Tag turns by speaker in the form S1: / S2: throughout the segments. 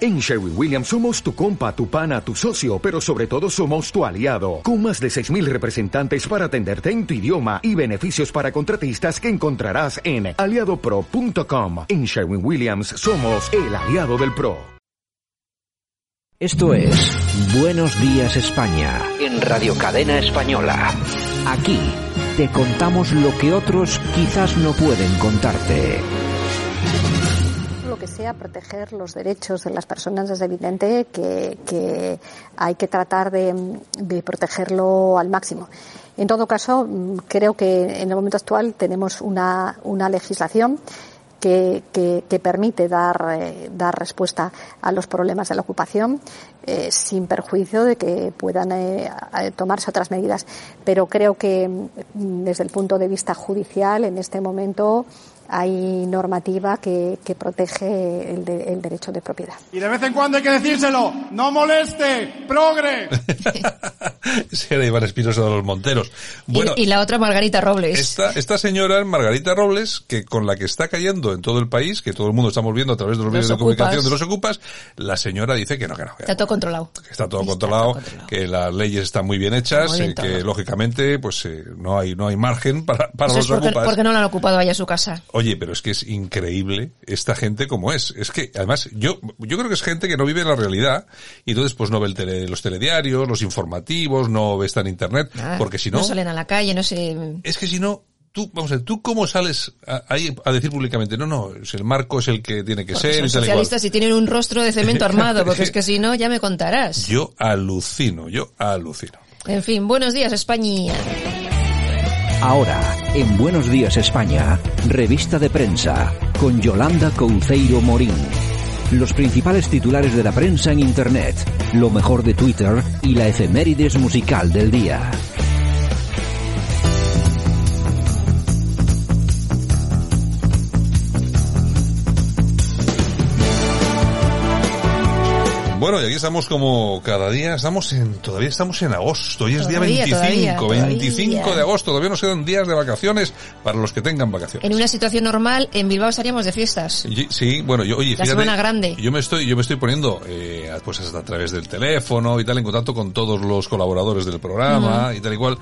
S1: En Sherwin Williams somos tu compa, tu pana, tu socio, pero sobre todo somos tu aliado, con más de 6.000 representantes para atenderte en tu idioma y beneficios para contratistas que encontrarás en aliadopro.com. En Sherwin Williams somos el aliado del PRO.
S2: Esto es Buenos Días España en Radio Cadena Española. Aquí te contamos lo que otros quizás no pueden contarte
S3: lo que sea proteger los derechos de las personas es evidente que, que hay que tratar de, de, protegerlo al máximo. En todo caso, creo que en el momento actual tenemos una, una legislación que, que, que, permite dar, eh, dar respuesta a los problemas de la ocupación eh, sin perjuicio de que puedan eh, tomarse otras medidas. Pero creo que mm, desde el punto de vista judicial, en este momento, hay normativa que, que protege el, de, el, derecho de propiedad.
S4: Y de vez en cuando hay que decírselo, no moleste, progre.
S5: Ese era Iván Espinosa de los Monteros.
S6: Bueno, y, y, la otra Margarita Robles.
S5: Esta, esta señora Margarita Robles, que con la que está cayendo en todo el país, que todo el mundo estamos viendo a través de los, los medios de comunicación de los ocupas, la señora dice que no, que no. Que
S6: está todo controlado.
S5: Que está todo, está controlado, todo controlado, que las leyes están muy bien hechas, muy bien eh, que todo. lógicamente pues eh, no hay no hay margen para, para Eso los
S6: porque,
S5: ocupas.
S6: Porque no la han ocupado allá a su casa.
S5: Oye, pero es que es increíble esta gente como es. Es que, además, yo, yo creo que es gente que no vive la realidad y entonces pues no ve el tele, los telediarios, los informativos, no ve está en internet, ah, porque si no...
S6: No salen a la calle, no se...
S5: Es que si no, tú, vamos a ver, tú cómo sales ahí a, a, decir públicamente, no, no, el marco es el que tiene que
S6: porque
S5: ser.
S6: Los socialistas y tienen un rostro de cemento armado, porque es que si no, ya me contarás.
S5: Yo alucino, yo alucino.
S6: En fin, buenos días, España.
S2: Ahora, en Buenos Días España, revista de prensa, con Yolanda Couceiro Morín. Los principales titulares de la prensa en Internet, lo mejor de Twitter y la efemérides musical del día.
S5: Bueno, y aquí estamos como cada día, estamos en, todavía estamos en agosto, hoy es todavía, día 25, todavía, 25 todavía. de agosto, todavía nos quedan días de vacaciones para los que tengan vacaciones.
S6: En una situación normal, en Bilbao estaríamos de fiestas.
S5: Y, sí, bueno, yo, oye,
S6: La fíjate, semana grande.
S5: Yo me estoy, yo me estoy poniendo, eh, pues hasta a través del teléfono y tal, en contacto con todos los colaboradores del programa uh -huh. y tal y cual.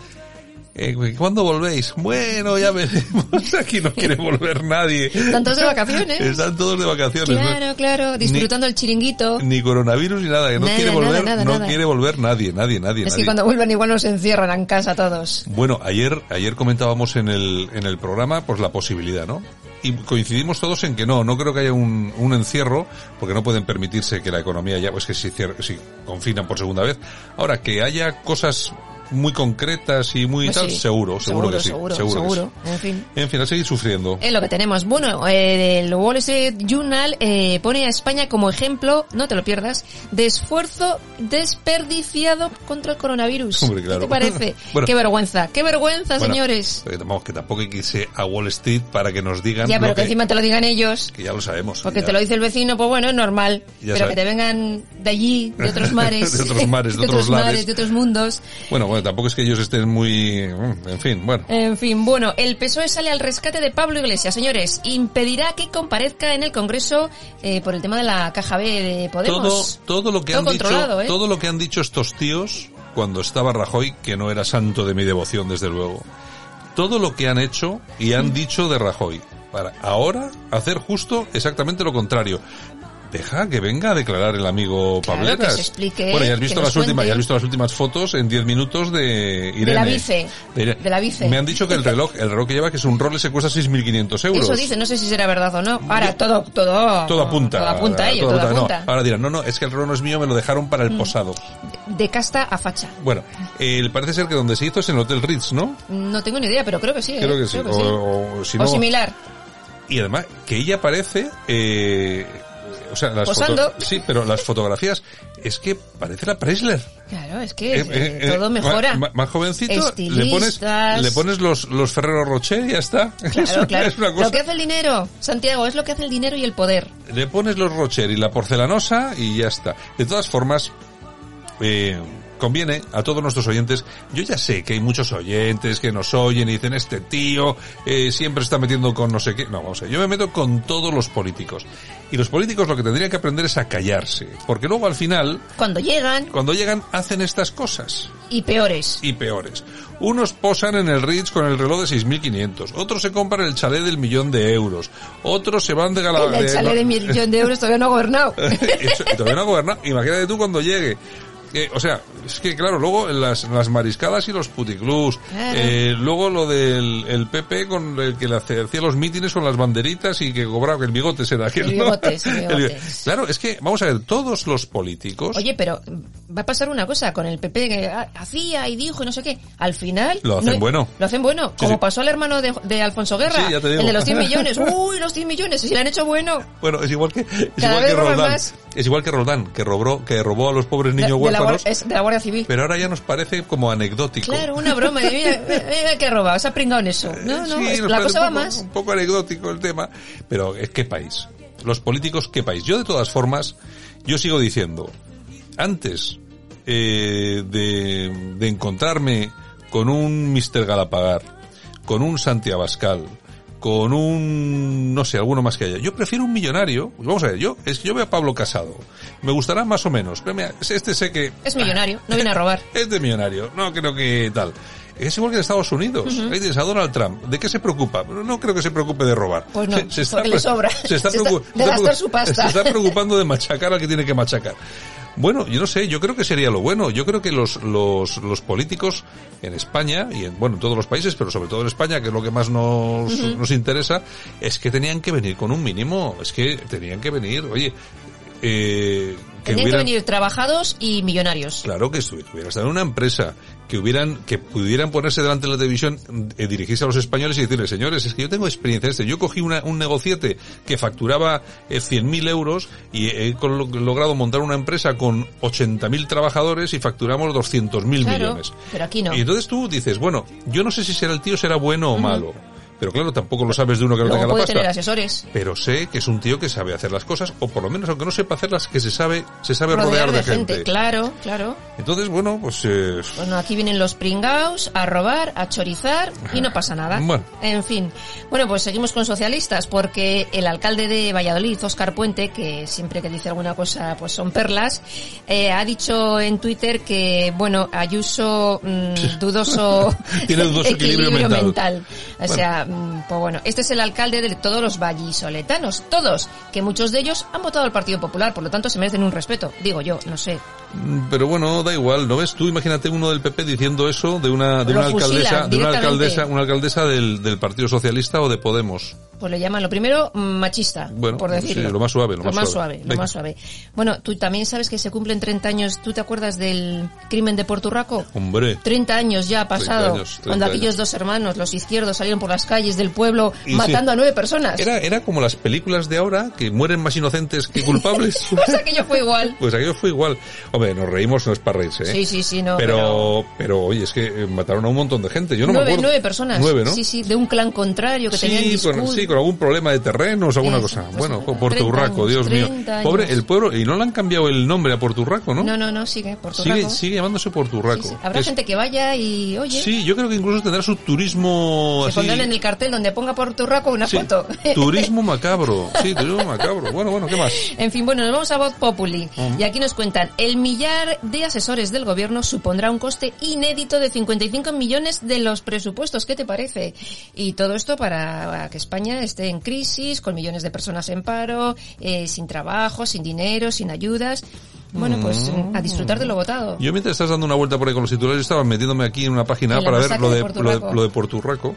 S5: Eh, ¿Cuándo volvéis? Bueno, ya veremos. Aquí no quiere volver nadie.
S6: Están todos de vacaciones.
S5: Están todos de vacaciones.
S6: Claro,
S5: ¿no?
S6: claro. Disfrutando
S5: ni,
S6: el chiringuito.
S5: Ni coronavirus ni nada. Que no nada, quiere volver, nada, nada, no quiere volver nadie, nadie, nadie.
S6: Es
S5: nadie.
S6: que cuando vuelvan igual nos encierran en casa todos.
S5: Bueno, ayer, ayer comentábamos en el, en el programa, pues la posibilidad, ¿no? Y coincidimos todos en que no, no creo que haya un, un encierro, porque no pueden permitirse que la economía ya, pues que si, si confinan por segunda vez. Ahora, que haya cosas muy concretas y muy pues tal, sí. seguro, seguro, seguro, que sí.
S6: Seguro, seguro, seguro. Que sí. en fin.
S5: En fin, a seguir sufriendo.
S6: Es lo que tenemos. Bueno, eh, el Wall Street Journal eh, pone a España como ejemplo, no te lo pierdas, de esfuerzo desperdiciado contra el coronavirus.
S5: Hombre, claro.
S6: ¿Qué te parece? bueno, qué vergüenza, qué vergüenza,
S5: bueno, eh,
S6: señores.
S5: Vamos, que tampoco hay que irse a Wall Street para que nos digan.
S6: Ya, pero
S5: lo
S6: que, encima te lo digan ellos.
S5: Que ya lo sabemos.
S6: Porque
S5: ya.
S6: te lo dice el vecino, pues bueno, es normal.
S5: Ya
S6: pero
S5: sabe.
S6: que te vengan de allí, de otros mares.
S5: de otros mares, de,
S6: de
S5: otros, lares.
S6: mares, de otros mundos.
S5: Bueno, bueno, tampoco es que ellos estén muy... mm, En fin, bueno.
S6: En fin, bueno, el PSOE E sale al rescate de Pablo Iglesias, señores. Impedirá que comparezca en el Congreso eh, por el tema de la caja B de
S5: Podemos. Todo, todo lo que
S6: todo
S5: han dicho,
S6: ¿eh?
S5: todo lo que han dicho estos tíos cuando estaba Rajoy, que no era santo de mi devoción, desde luego. Todo lo que han hecho y han mm. dicho de Rajoy. Para ahora hacer justo exactamente lo contrario deja que venga a declarar el amigo
S6: claro,
S5: Pableras.
S6: Que se explique,
S5: bueno, ya has visto
S6: que
S5: las últimas, ya has visto las últimas fotos en 10 minutos de Irene.
S6: De la vice.
S5: De,
S6: de la vice.
S5: Me han dicho que el reloj, el reloj que lleva, que es un Rolex, se cuesta 6.500 euros.
S6: Eso dice, no sé si será verdad o no. Ahora, Yo, todo, todo.
S5: Todo apunta.
S6: Todo apunta, ello, todo apunta.
S5: No, ahora dirán, no, no, es que el reloj no es mío, me lo dejaron para el mm. posado.
S6: De casta a facha.
S5: Bueno, eh, parece ser que donde se hizo es en el Hotel Ritz, ¿no?
S6: No tengo ni idea, pero creo que sí.
S5: Creo
S6: eh,
S5: que sí.
S6: Creo que
S5: o,
S6: sí. O,
S5: si no,
S6: o similar.
S5: Y además, que ella parece, eh, o sea, las
S6: Posando.
S5: sí, pero las fotografías es que parece la Presler.
S6: Claro, es que eh, eh, todo mejora.
S5: Más, más jovencito, le pones, le pones los, los Ferrero Rocher y ya está.
S6: Claro, es, claro. Es cosa... Lo que hace el dinero, Santiago, es lo que hace el dinero y el poder.
S5: Le pones los Rocher y la porcelanosa y ya está. De todas formas, eh, conviene a todos nuestros oyentes. Yo ya sé que hay muchos oyentes que nos oyen y dicen, este tío eh, siempre está metiendo con no sé qué. No, vamos a ver, yo me meto con todos los políticos. Y los políticos lo que tendrían que aprender es a callarse. Porque luego al final,
S6: Cuando llegan
S5: cuando llegan, hacen estas cosas
S6: y peores.
S5: y peores. Unos posan en el Ritz con el reloj de 6.500, otros se compran el chalet del millón de euros, otros se van de gala...
S6: El chale de millón de euros todavía no ha gobernado.
S5: Pues Eso, y todavía no ha gobernado. Imagínate tú cuando llegue. Eh, o sea, es que claro, luego las, las mariscadas y los puticlús,
S6: Claro.
S5: eh, luego lo del el PP con el que le hace- hacía los mítines con las banderitas y que cobraba que el bigote era aquel,
S6: El
S5: ¿no?
S6: bigotes, el
S5: El bigote.
S6: bigotes.
S5: Claro, es que, vamos a ver, todos los políticos
S6: Oye, pero va a pasar una cosa con el PP que ha- hacía y dijo y no sé qué. Al final...
S5: Lo hacen
S6: no-
S5: bueno.
S6: Lo hacen bueno. como
S5: sí.
S6: pasó al hermano de, de Alfonso Guerra.
S5: Sí, ya te digo.
S6: el de los 100 millones. Uy, los 100 millones. Si le han hecho bueno.
S5: Bueno, es igual que, es
S6: Cada
S5: igual
S6: vez
S5: que
S6: roban
S5: Roldán.
S6: más.
S5: Es igual que Roldán, que robó, que robó a los pobres niños
S6: de, de la,
S5: huérfanos.
S6: guar- es de la Guardia Civil.
S5: Pero ahora ya nos parece como anecdótico.
S6: Claro, una broma. de, Mira, mira que roba. Se ha pringado en eso. No, no.
S5: Eh, Sí,
S6: es-
S5: nos
S6: la
S5: parece
S6: cosa
S5: un
S6: va
S5: poco-
S6: más.
S5: Un poco anecdótico el tema, pero es qué país. Los políticos, qué país. Yo de todas formas, yo sigo diciendo, antes eh, de, de encontrarme con un Mr. Galapagar, con un Santi Abascal, con un, no sé, alguno más que haya. Yo prefiero un millonario. Vamos a ver, yo, es que yo veo a Pablo Casado. Me gustará más o menos. Pero mira, este sé que
S6: Es millonario. No viene a robar.
S5: es de millonario, no creo que tal. Es igual que en Estados Unidos. Ahí tienes a Donald Trump. ¿De qué se preocupa? No creo que se preocupe de robar.
S6: Pues no, porque le sobra.
S5: Se está,
S6: Se está-
S5: preocu- se
S6: de
S5: está
S6: gastar
S5: preocu-
S6: su pasta.
S5: se está preocupando de machacar al que tiene que machacar. Bueno, yo no sé, yo creo que sería lo bueno. Yo creo que los, los, los políticos en España, y en, bueno, en todos los países, pero sobre todo en España, que es lo que más nos, nos interesa, es que tenían que venir con un mínimo. Es que tenían que venir, oye, eh, que
S6: Tendrían que
S5: hubieran-
S6: venir trabajados y millonarios.
S5: Claro que estu- hubiera estado en una empresa que hubieran que pudieran ponerse delante de la televisión eh, dirigirse a los españoles y decirles señores es que yo tengo experiencia en este yo cogí una- un negociete que facturaba eh, 100.000 euros y he con- logrado montar una empresa con 80.000 trabajadores y facturamos 200.000
S6: Claro,
S5: millones
S6: pero aquí no.
S5: y entonces tú dices bueno yo no sé si será el tío será bueno o malo pero claro tampoco lo sabes de uno que no
S6: Luego
S5: tenga la
S6: puede
S5: pasta
S6: tener asesores.
S5: pero sé que es un tío que sabe hacer las cosas o por lo menos aunque no sepa hacerlas que se sabe se sabe rodear, de, gente.
S6: Claro, claro.
S5: Entonces, bueno, pues... eh,
S6: Bueno, aquí vienen los pringaos a robar, a chorizar y no pasa nada.
S5: Bueno.
S6: En fin. Bueno, pues seguimos con socialistas porque el alcalde de Valladolid, Óscar Puente, que siempre que dice alguna cosa pues son perlas, eh, ha dicho en Twitter que, bueno, Ayuso mm, dudoso,
S5: Tiene dudoso equilibrio mental.
S6: O sea, mm, pues bueno, este es el alcalde de todos los vallisoletanos, todos, que muchos de ellos han votado al Partido Popular, por lo tanto se merecen un respeto, digo yo, no sé.
S5: mm, pero bueno, da igual, ¿no ves? Tú imagínate uno del PP diciendo eso de una, de
S6: Lo
S5: una
S6: fusilan
S5: alcaldesa, de una
S6: directamente.
S5: alcaldesa, una alcaldesa del, del Partido Socialista o de Podemos.
S6: Pues lo llaman lo primero mm, machista,
S5: Bueno,
S6: por decirlo.
S5: sí, lo más suave, lo más suave.
S6: suave. lo
S5: Venga.
S6: más suave. Bueno, tú también sabes que se cumplen 30 años, ¿tú te acuerdas del crimen de Porturraco?
S5: Hombre.
S6: 30 años ya
S5: 30
S6: ha pasado,
S5: años, 30
S6: cuando
S5: años.
S6: aquellos dos hermanos, los izquierdos, salieron por las calles del pueblo
S5: Y sí.
S6: matando a nueve personas.
S5: Era, era como las películas de ahora, que mueren más inocentes que culpables.
S6: O sea, aquello fue igual.
S5: Pues aquello fue igual. Hombre, nos reímos, no es para reírse, ¿eh?
S6: Sí, sí, sí, no,
S5: Pero, pero, oye, es que eh, mataron a un montón de gente. Yo no me
S6: nueve,
S5: acuerdo.
S6: nueve personas.
S5: Nueve, ¿no?
S6: Sí, sí, de un clan contrario que tenían
S5: sí, con,
S6: discul-
S5: sí, con algún problema de terrenos, alguna
S6: Sí,
S5: cosa.
S6: pues
S5: Bueno,
S6: nada,
S5: Porturraco,
S6: 30
S5: Dios
S6: años,
S5: mío.
S6: 30 años.
S5: Pobre, el pueblo, y no le han cambiado el nombre a Porturraco, ¿no?
S6: No, no, no, sigue, Porturraco.
S5: Sigue, sigue llamándose Porturraco.
S6: Sí, sí. Habrá
S5: Es-
S6: gente que vaya y, oye,
S5: Sí, yo creo que incluso tendrá su turismo
S6: se
S5: así.
S6: pondrán en el cartel donde ponga Porturraco una
S5: sí,
S6: foto.
S5: Turismo macabro. Sí, turismo macabro. Bueno, bueno, ¿qué más?
S6: En fin, bueno, nos vamos a Voz Populi. Y aquí nos cuentan, el millar de asesores del gobierno supondrá un coste inédito de 55 millones de los presupuestos. ¿Qué te parece? Y todo esto para que España esté en crisis, con millones de personas en paro, eh, sin trabajo, sin dinero, sin ayudas. Bueno, pues a disfrutar de lo votado.
S5: Yo mientras estás dando una vuelta por ahí con los titulares, yo estaba metiéndome aquí en una página
S6: En la
S5: para ver
S6: masacre
S5: lo
S6: de
S5: de, lo de,
S6: Porturraco.
S5: lo de Porturraco.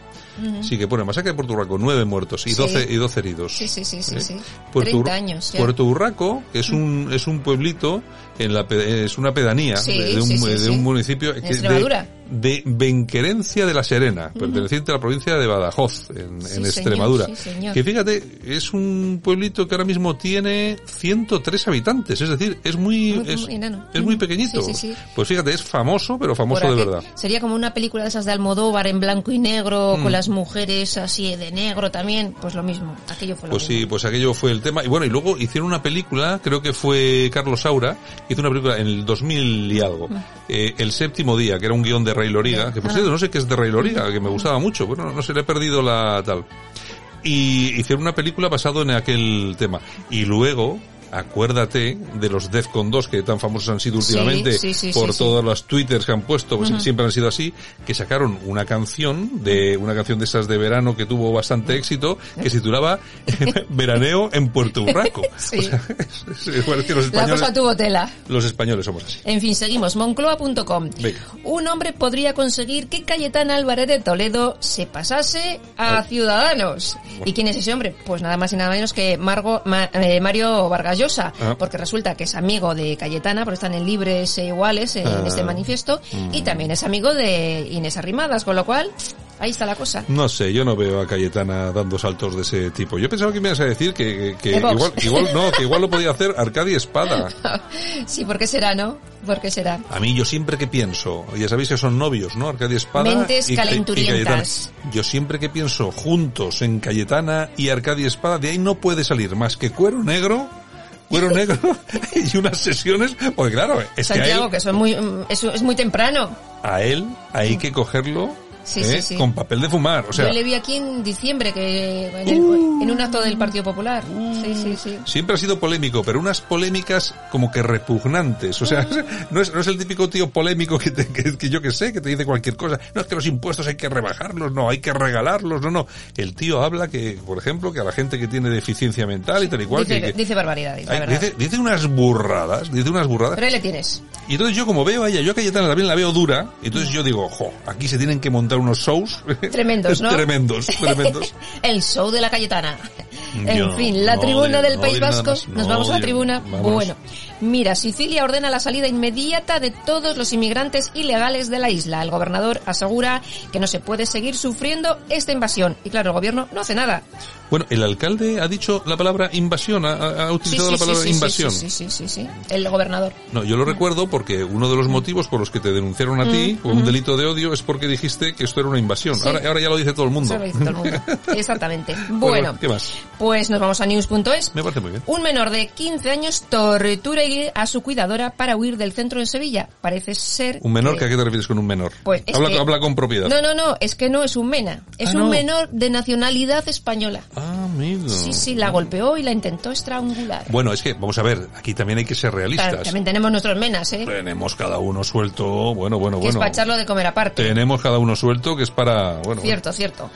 S5: Sí, que pone masacre de Porturraco, nueve muertos y
S6: Sí.
S5: doce, y doce heridos.
S6: Sí, sí, sí, sí, sí.
S5: Puerto,
S6: 30 años
S5: Eh, pues
S6: ya. Mm.
S5: Puerto Urraco, que es un, es un pueblito, en la, pe- es una pedanía
S6: Sí,
S5: de, de un,
S6: sí, sí,
S5: de
S6: sí.
S5: un municipio.
S6: En
S5: que de-
S6: Extremadura.
S5: de Benquerencia de la Serena, perteneciente a la provincia de Badajoz, en, en
S6: Sí, señor,
S5: Extremadura.
S6: sí, señor.
S5: Que fíjate, es un pueblito que ahora mismo tiene 103 habitantes, es decir, es muy,
S6: Muy-
S5: es,
S6: muy enano.
S5: es muy
S6: Mm.
S5: pequeñito.
S6: Sí, sí, sí.
S5: Pues fíjate, es famoso, pero famoso
S6: Por
S5: de
S6: aquel-
S5: verdad. Mm.
S6: Sería como una película de esas de Almodóvar en blanco y negro, con las mujeres así de negro también, pues lo mismo, aquello fue lo
S5: Pues sí,
S6: mismo.
S5: pues aquello fue el tema. Y bueno, y luego hicieron una película, creo que fue Carlos Saura, hizo una película en el 2000 y algo, eh, El séptimo día, que era un guión de Ray Loriga, que por
S6: Ah.
S5: cierto no sé qué es de Ray Loriga, que me gustaba mucho, bueno, no sé, le he perdido la tal. Y hicieron una película basado en aquel tema. Y luego, acuérdate de los Defcon 2 que tan famosos han sido
S6: Sí,
S5: últimamente
S6: sí, sí,
S5: por
S6: sí, sí.
S5: todas las twitters que han puesto, pues siempre han sido así, que sacaron una canción de una canción de esas de verano que tuvo bastante éxito, que se titulaba Veraneo en Puerto Urraco.
S6: Sí.
S5: O sea, es- es- bueno, es que los
S6: La
S5: españoles,
S6: cosa tuvo tela.
S5: los españoles somos así.
S6: En fin, seguimos. Moncloa.com.
S5: Venga.
S6: Un hombre podría conseguir que Cayetán Álvarez de Toledo se pasase a Ciudadanos. ¿Y quién es ese hombre? Pues nada más y nada menos que Margo, Ma- eh, Mario Vargas Llosa,
S5: Ah.
S6: porque resulta que es amigo de Cayetana, pero están en libres e iguales en
S5: Ah.
S6: este manifiesto, y también es amigo de Inés Arrimadas, con lo cual ahí está la cosa.
S5: No sé, yo no veo a Cayetana dando saltos de ese tipo. Yo pensaba que me ibas a decir que, que- que
S6: De
S5: igual,
S6: Vox.
S5: igual no, que igual lo podía hacer Arcadi Espada. Mm.
S6: sí, ¿por qué será, no? ¿Por qué será?
S5: A mí yo siempre que pienso, ya sabéis que son novios, ¿no? Arcadia Espada
S6: Mentes
S5: y, Ca- y
S6: calenturientas.
S5: Cayetana. Yo siempre que pienso juntos en Cayetana y Arcadia Espada, de ahí no puede salir más que cuero negro, cuero negro y unas sesiones, porque claro, es que a
S6: Santiago,
S5: él,
S6: que eso es muy, mm, eso es muy temprano.
S5: a él hay que cogerlo
S6: Sí,
S5: ¿eh?
S6: sí, sí.
S5: con papel de fumar, o sea, Uh.
S6: Yo le vi aquí en diciembre, que en, el- en un acto del Partido Popular. Sí, sí, sí.
S5: Siempre ha sido polémico, pero unas polémicas como que repugnantes. O sea,
S6: Mm.
S5: no es, no es el típico tío polémico que, te- que- que yo que sé, que te dice cualquier cosa. No es que los impuestos hay que rebajarlos, no, hay que regalarlos, no, no. El tío habla que, por ejemplo, que a la gente que tiene deficiencia mental y tal y cual,
S6: dice,
S5: que, que-
S6: dice barbaridades, la
S5: ay,
S6: verdad.
S5: dice, dice unas burradas, dice unas burradas.
S6: Pero ahí le tienes.
S5: Y entonces yo como veo a ella, yo a Cayetana también la veo dura, entonces yo digo, jo, aquí se tienen que montar unos shows.
S6: Tremendos, ¿no?
S5: tremendos, tremendos.
S6: El show de la Cayetana. En
S5: Yo,
S6: fin, la
S5: no
S6: tribuna
S5: digo-
S6: del
S5: no
S6: País
S5: digo nada
S6: Vasco.
S5: más,
S6: Nos
S5: no
S6: vamos a la
S5: digo-
S6: tribuna.
S5: vámonos.
S6: Bueno, mira, Sicilia ordena la salida inmediata de todos los inmigrantes ilegales de la isla. El gobernador asegura que no se puede seguir sufriendo esta invasión. Y claro, el gobierno no hace nada.
S5: Bueno, el alcalde ha dicho la palabra invasión, ha, ha utilizado la palabra invasión.
S6: Sí, sí, sí, sí. El gobernador.
S5: No, yo lo recuerdo porque uno de los motivos por los que te denunciaron a ti por un delito de odio es porque dijiste que esto era una invasión.
S6: Mm, Sí.
S5: Ahora, ahora ya lo dice todo el mundo.
S6: Eso lo dice todo el mundo. Exactamente.
S5: Bueno,
S6: Bueno,
S5: ¿qué más?
S6: pues nos vamos a news.es.
S5: Me parece muy bien.
S6: Un menor de 15 años tortura a su cuidadora para huir del centro de Sevilla. Parece ser...
S5: ¿Un menor? ¿que ¿A qué te refieres con un menor?
S6: Pues es
S5: habla,
S6: que-
S5: habla con propiedad.
S6: No, no, no, es que no es un mena. Es
S5: Ah,
S6: un
S5: no.
S6: menor de nacionalidad española.
S5: Ah, amigo.
S6: Sí, sí, la golpeó y la intentó estrangular.
S5: Bueno, es que, vamos a ver, aquí también hay que ser
S6: Ta-
S5: realistas.
S6: También tenemos nuestros menas, ¿eh?
S5: Tenemos cada uno suelto, bueno, bueno,
S6: Que es
S5: bueno.
S6: para echarlo de comer aparte.
S5: Tenemos cada uno suelto que es para, bueno,
S6: Cierto, cierto.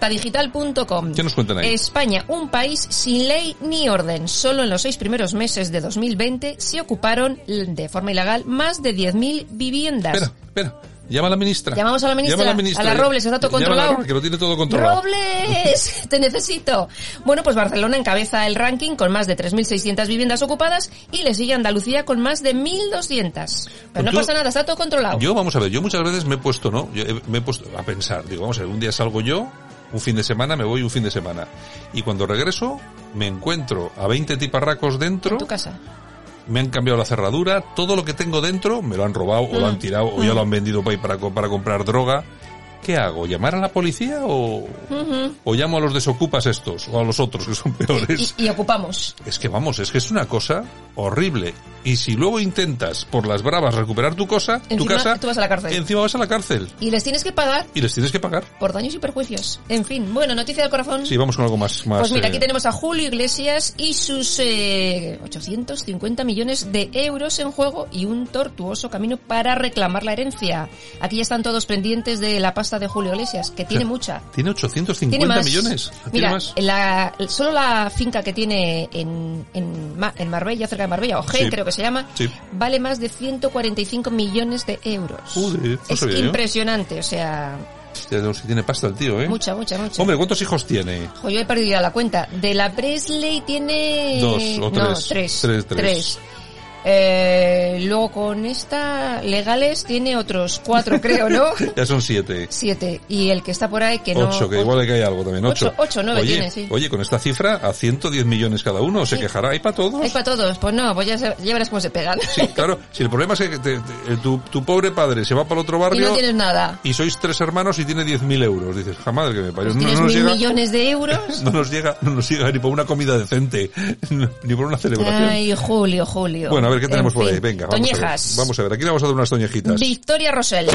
S6: Alertadigital.com.
S5: ¿Qué nos cuentan ahí?
S6: España, un país sin ley ni orden. Solo en los seis primeros meses de 2020 se ocuparon de forma ilegal más de 10.000 viviendas.
S5: Espera, espera. Llama a la ministra.
S6: Llamamos a la ministra,
S5: Llama
S6: a la Robles, está todo
S5: Llama a la
S6: controlado.
S5: Robles, que lo tiene todo controlado.
S6: ¡Robles! ¡Te necesito! Bueno, pues Barcelona encabeza el ranking con más de 3.600 viviendas ocupadas y le sigue Andalucía con más de 1.200. Pero no
S5: Pues Tú-
S6: pasa nada, está todo controlado.
S5: Yo, vamos a ver, yo muchas veces me he puesto, ¿no? Yo he- me he puesto a pensar, digo, vamos a ver, un día salgo yo, un fin de semana, me voy un fin de semana. Y cuando regreso, me encuentro a 20 tiparracos dentro,
S6: En tu casa.
S5: me han cambiado la cerradura, todo lo que tengo dentro me lo han robado o
S6: Mm.
S5: lo han tirado o ya lo han vendido para, ir para, co- para comprar droga. ¿Qué hago? ¿Llamar a la policía o, o llamo a los desocupas estos o a los otros que son peores?
S6: Y, y ocupamos.
S5: Es que vamos, es que es una cosa horrible. Y si luego intentas por las bravas recuperar tu cosa, tu
S6: Encima
S5: casa,
S6: tú vas a la cárcel.
S5: encima vas a la cárcel
S6: Y les tienes que pagar
S5: y les tienes que pagar.
S6: por daños y perjuicios. En fin, bueno, noticia del corazón.
S5: Sí, vamos con algo más. más
S6: Pues mira,
S5: eh,
S6: aquí tenemos a Julio Iglesias y sus eh, 850 millones de euros en juego y un tortuoso camino para reclamar la herencia. Aquí ya están todos pendientes de la pasta de Julio Iglesias, que tiene mucha.
S5: Tiene 850
S6: Tiene más.
S5: millones. Tiene
S6: Mira,
S5: más.
S6: la- solo la finca que tiene en, en, Ma- en Marbella, cerca de Marbella, o G,
S5: Sí.
S6: creo que se llama,
S5: Sí.
S6: vale más de 145 millones de euros.
S5: Joder, no
S6: es
S5: sabía yo.
S6: impresionante, o sea,
S5: Hostia, no, si tiene pasta el tío, ¿eh?
S6: mucha, mucha, mucha.
S5: Hombre, ¿cuántos hijos tiene?
S6: Jo, yo he perdido ya la cuenta. De la Presley tiene...
S5: Dos o
S6: No,
S5: tres.
S6: tres.
S5: Tres, tres.
S6: Tres. Eh, luego con esta legales tiene otros cuatro, creo, ¿no?
S5: Ya son siete.
S6: Siete. Y el que está por ahí que no.
S5: Ocho, que igual que hay algo también. Ocho.
S6: Ocho, ocho, nueve
S5: oye,
S6: tiene, sí.
S5: Oye, con esta cifra, a 110 millones cada uno, se
S6: Sí.
S5: quejará. ¿Hay para todos?
S6: Hay para todos. Pues no, pues ya, se- ya verás cómo se pegan.
S5: Sí, claro. Si el problema es que te- te- eh, tu, tu pobre padre se va para el otro
S6: y
S5: barrio...
S6: no tienes nada.
S5: y sois tres hermanos y tiene 10.000 euros. Dices, jamás que me parió.
S6: Pues
S5: No-
S6: tienes
S5: no nos
S6: mil
S5: llega-
S6: millones de euros.
S5: No nos llega, no nos llega ni por una comida decente, ni por una celebración.
S6: Ay, Julio, Julio.
S5: bueno, a ver qué
S6: En
S5: tenemos por
S6: fin.
S5: ahí. Venga, vamos a
S6: Toñejas.
S5: ver. Vamos a ver, aquí le vamos a dar unas toñejitas.
S6: Victoria Rosell.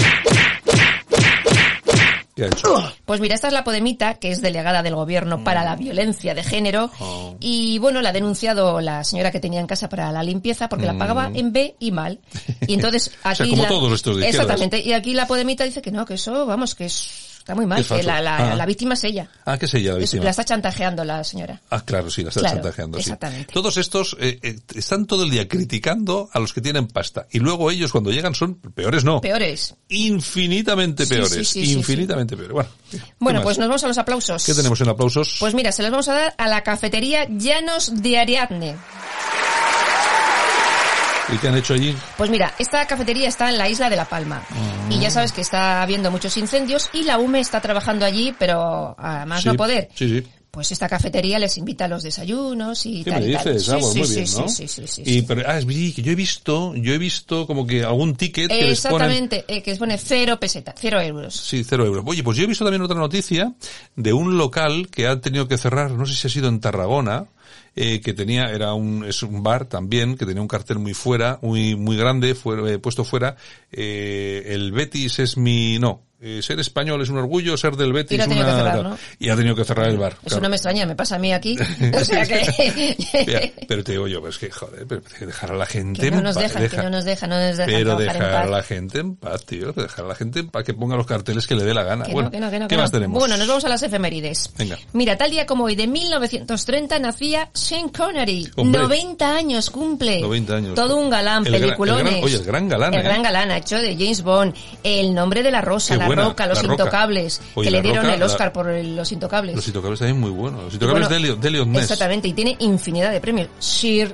S5: ¿Qué ha hecho?
S6: Pues mira, esta es la Podemita, que es delegada del gobierno para
S5: Mm.
S6: la violencia de género.
S5: Oh.
S6: Y bueno, la ha denunciado la señora que tenía en casa para la limpieza porque la pagaba en B y mal. Y entonces
S5: Mm. O
S6: aquí.
S5: sea, como
S6: la-
S5: todos estos de izquierdas.
S6: Exactamente. Y aquí la Podemita dice que no, que eso, vamos, que es- está muy mal,
S5: Es
S6: que
S5: falso.
S6: la, la-
S5: Ah.
S6: la víctima es ella.
S5: Ah, qué sé ya, la
S6: Es-
S5: víctima.
S6: la está chantajeando la señora.
S5: Ah, claro, sí, la está
S6: Claro,
S5: chantajeando. sí.
S6: exactamente.
S5: Todos estos eh, eh, están todo el día criticando a los que tienen pasta. Y luego ellos cuando llegan son peores, no.
S6: Peores.
S5: Infinitamente
S6: Sí,
S5: peores.
S6: sí, sí, sí,
S5: infinitamente peores. Bueno, ¿qué
S6: Bueno,
S5: más?
S6: pues nos vamos a los aplausos.
S5: ¿Qué tenemos en aplausos?
S6: Pues mira, se los vamos a dar a la cafetería Llanos de Ariadne.
S5: ¿Y qué han hecho allí?
S6: Pues mira, esta cafetería está en la isla de La Palma. Y
S5: Mm.
S6: ya sabes que está habiendo muchos incendios y la UME está trabajando allí, pero a más
S5: Sí,
S6: no poder.
S5: Sí, sí.
S6: Pues esta cafetería les invita a los desayunos y
S5: ¿Qué
S6: tal
S5: me
S6: y tal.
S5: dices?
S6: Sí,
S5: Ah, bueno,
S6: sí,
S5: muy
S6: sí,
S5: bien,
S6: sí,
S5: ¿no?
S6: sí, sí, sí,
S5: Y,
S6: sí.
S5: pero, ah, es vi que yo he visto, yo he visto como que algún ticket que les ponen...
S6: Exactamente, eh, que se pone cero peseta, cero euros.
S5: Sí, cero euros. Oye, pues yo he visto también otra noticia de un local que ha tenido que cerrar, no sé si ha sido en Tarragona, eh, que tenía, era un, es un bar también, que tenía un cartel muy fuera, muy, muy grande, fue, eh, puesto fuera, eh, el Betis es mi, no, eh, ser español es un orgullo, ser del Betis
S6: lo ha tenido
S5: una-
S6: que cerrar, ¿no?
S5: y ha tenido que cerrar el bar.
S6: Eso
S5: claro.
S6: no me extraña, me pasa a mí aquí. O sea
S5: Mira,
S6: que...
S5: pero te digo yo, pues que joder, pero hay que dejar a la gente
S6: Que no
S5: en
S6: nos
S5: paz,
S6: dejan,
S5: deja-
S6: que no nos dejan, no nos dejan
S5: pero
S6: trabajar en
S5: dejar a
S6: paz.
S5: la gente en paz, tío. Dejar a la gente en paz, que ponga los carteles que le dé la gana.
S6: Que
S5: bueno,
S6: no, que no, que no,
S5: ¿qué
S6: que no.
S5: más tenemos?
S6: Bueno, nos vamos a las efemérides.
S5: Venga.
S6: Mira, tal día como hoy, de 1930, nacía Shane Connery.
S5: Hombre.
S6: 90 años cumple.
S5: 90 años.
S6: Todo un galán,
S5: El gran-
S6: peliculones.
S5: el gran- oye, el gran galán,
S6: El
S5: ¿eh?
S6: gran galán, ha hecho de James Bond, El nombre de la rosa,
S5: Qué
S6: La
S5: buena,
S6: roca, Los
S5: La Roca.
S6: intocables,
S5: Oye,
S6: que le
S5: La
S6: dieron
S5: Roca,
S6: el
S5: la-
S6: Oscar por el- Los intocables.
S5: Los intocables también muy buenos. Los intocables
S6: Bueno,
S5: de Leo- de Leon Ness.
S6: Exactamente, y tiene infinidad de premios. Sir,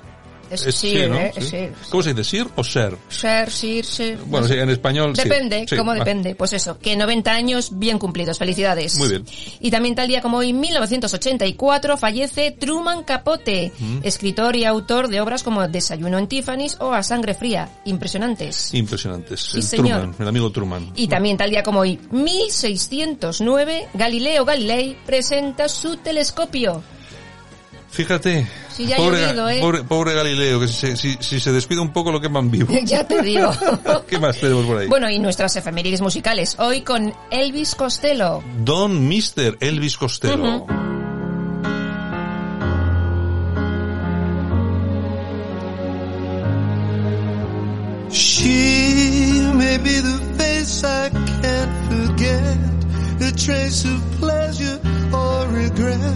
S6: es
S5: Es
S6: Sir,
S5: Sir, ¿no?
S6: ¿eh? Es
S5: Sí.
S6: Sir.
S5: ¿Cómo se dice? ¿Sir o ser?
S6: Sir, Sir, Sir.
S5: Bueno,
S6: no
S5: sí,
S6: sé.
S5: en español. sí.
S6: Depende,
S5: Sí, ah,
S6: ¿cómo
S5: va.
S6: depende? Pues eso, que 90 años bien cumplidos, felicidades.
S5: Muy bien.
S6: Y también tal día como hoy, 1984, fallece Truman Capote,
S5: Mm.
S6: escritor y autor de obras como Desayuno en Tiffany's o A Sangre Fría, impresionantes.
S5: Impresionantes. el
S6: señor.
S5: Truman, el amigo Truman.
S6: Y también tal día como hoy, 1609, Galileo Galilei presenta su telescopio.
S5: Fíjate.
S6: Sí, ya ha
S5: pobre,
S6: llovido, ¿eh?
S5: pobre, pobre Galileo, que si, se- si, si se despide un poco lo queman vivo.
S6: ya te digo.
S5: ¿Qué más tenemos por ahí?
S6: Bueno, y nuestras efemérides musicales, hoy con Elvis Costello.
S5: Don Mister Elvis Costello.
S7: She may be the face I can't forget, a trace of pleasure or regret,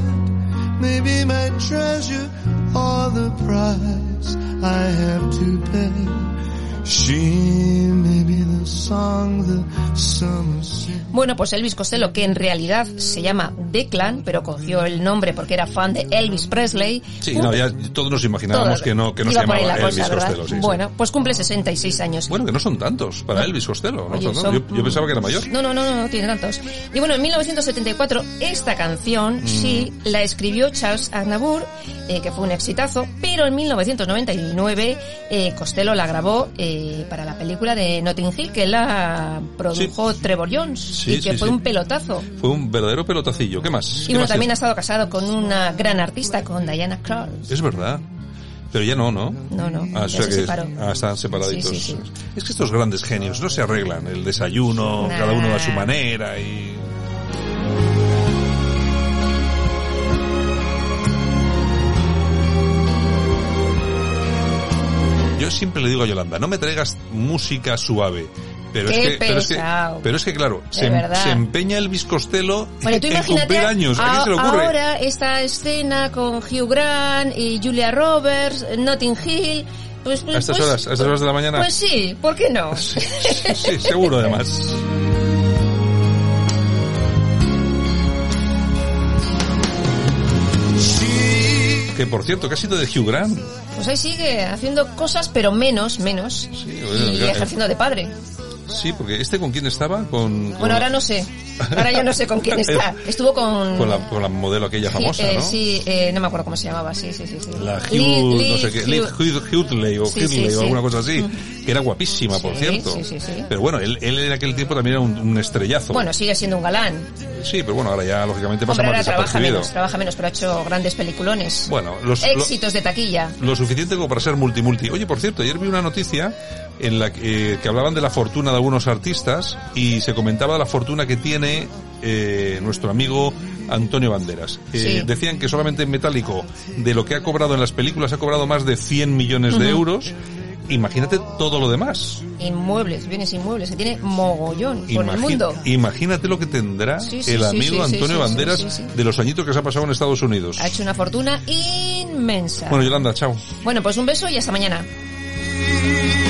S7: maybe my treasure or the price I have to pay. She may be the song the summer sings.
S6: Bueno, pues Elvis Costello, que en realidad se llama The Clan, pero cogió el nombre porque era fan de Elvis Presley.
S5: Sí,
S6: Cum-
S5: no, ya todos nos imaginábamos
S6: Todo-
S5: que no, que no se
S6: iba por ahí
S5: llamaba
S6: la
S5: Elvis
S6: cosa, ¿verdad?
S5: Costello. sí, sí.
S6: bueno, pues cumple 66 años.
S5: Bueno, que no son tantos para Elvis Costello. ¿no?
S6: Oye,
S5: Son-
S6: son-
S5: Yo, yo pensaba que era mayor.
S6: No, no, no, no, no tiene tantos. Y bueno, en 1974 esta
S5: Mm.
S6: canción sí la escribió Charles Aznavour, eh, que fue un exitazo, pero en 1999 eh, Costello la grabó eh, para la película de Notting Hill que la produjo Trevor Jones
S5: Sí,
S6: y que
S5: sí,
S6: fue
S5: sí.
S6: un pelotazo.
S5: Fue un verdadero pelotacillo. ¿Qué más? ¿Qué
S6: Y bueno,
S5: más
S6: también
S5: tiene?
S6: ha estado casado con una gran artista, con Diana Krall.
S5: Es verdad. Pero ya no, ¿no?
S6: No, no,
S5: Ah, o
S6: ya
S5: sea
S6: se
S5: que-
S6: separó.
S5: ah, están separaditos.
S6: Sí, sí,
S5: Es que estos grandes genios no se arreglan. El desayuno,
S6: Nah.
S5: cada uno a su manera y... Yo siempre le digo a Yolanda, no me traigas música suave. Pero,
S6: Qué
S5: es que, pero, es que,
S6: pesado.
S5: pero es que, claro,
S6: De
S5: se, em-
S6: verdad.
S5: se empeña el Costello
S6: Bueno, tú
S5: en cumplir
S6: imagínate
S5: años. ¿A quién se le
S6: a-
S5: ocurre?
S6: ahora esta escena con Hugh Grant y Julia Roberts, Notting Hill. Pues, pues,
S5: A estas
S6: pues-
S5: horas, a estas horas de la mañana.
S6: Pues sí, ¿por qué no?
S5: Sí, sí, seguro además.
S7: She
S5: ¿Qué que por cierto, que ha sido de Hugh Grant.
S6: Pues ahí sigue haciendo cosas, pero menos, menos.
S5: Sí, bueno,
S6: y
S5: claro.
S6: ejerciendo de padre.
S5: Sí, porque este con quién estaba, con... con-
S6: Bueno, ahora no sé. Ahora yo no sé con quién está. Estuvo con...
S5: Con la, con la modelo aquella
S6: Sí,
S5: famosa,
S6: eh,
S5: ¿no?
S6: sí, eh, no me acuerdo cómo se llamaba, sí, sí, sí. sí.
S5: La Hugh,
S6: Lee- Lee
S5: no sé qué, Lee
S6: Hugh.
S5: Hugh- Hughley o
S6: Sí,
S5: Hughley
S6: sí,
S5: o
S6: sí.
S5: alguna cosa así, que era guapísima, por
S6: Sí,
S5: cierto.
S6: sí, sí, sí.
S5: Pero bueno, él, él en aquel tiempo también era un, un estrellazo.
S6: Bueno, sigue siendo un galán.
S5: Sí, pero bueno, ahora ya lógicamente pasa más
S6: Hombre, ahora trabaja
S5: desapercibido.
S6: menos, trabaja menos, pero ha hecho grandes peliculones.
S5: Bueno, los-
S6: Éxitos de taquilla.
S5: Lo suficiente como para ser multi-multi. Oye, por cierto, ayer vi una noticia en la que, eh, que hablaban de la fortuna de algunos artistas y se comentaba la fortuna que tiene eh, nuestro amigo Antonio Banderas. Eh,
S6: Sí.
S5: Decían que solamente en metálico de lo que ha cobrado en las películas ha cobrado más de 100 millones de euros. Imagínate todo lo demás.
S6: Inmuebles, bienes inmuebles. Se tiene mogollón por el
S5: Imagi-
S6: mundo.
S5: Imagínate lo que tendrá
S6: Sí, sí,
S5: el
S6: sí,
S5: amigo
S6: sí, sí,
S5: Antonio
S6: sí, sí,
S5: Banderas
S6: sí, sí.
S5: de los añitos que se ha pasado en Estados Unidos.
S6: Ha hecho una fortuna inmensa.
S5: Bueno, Yolanda, chao.
S6: Bueno, pues un beso y hasta mañana.
S7: Thank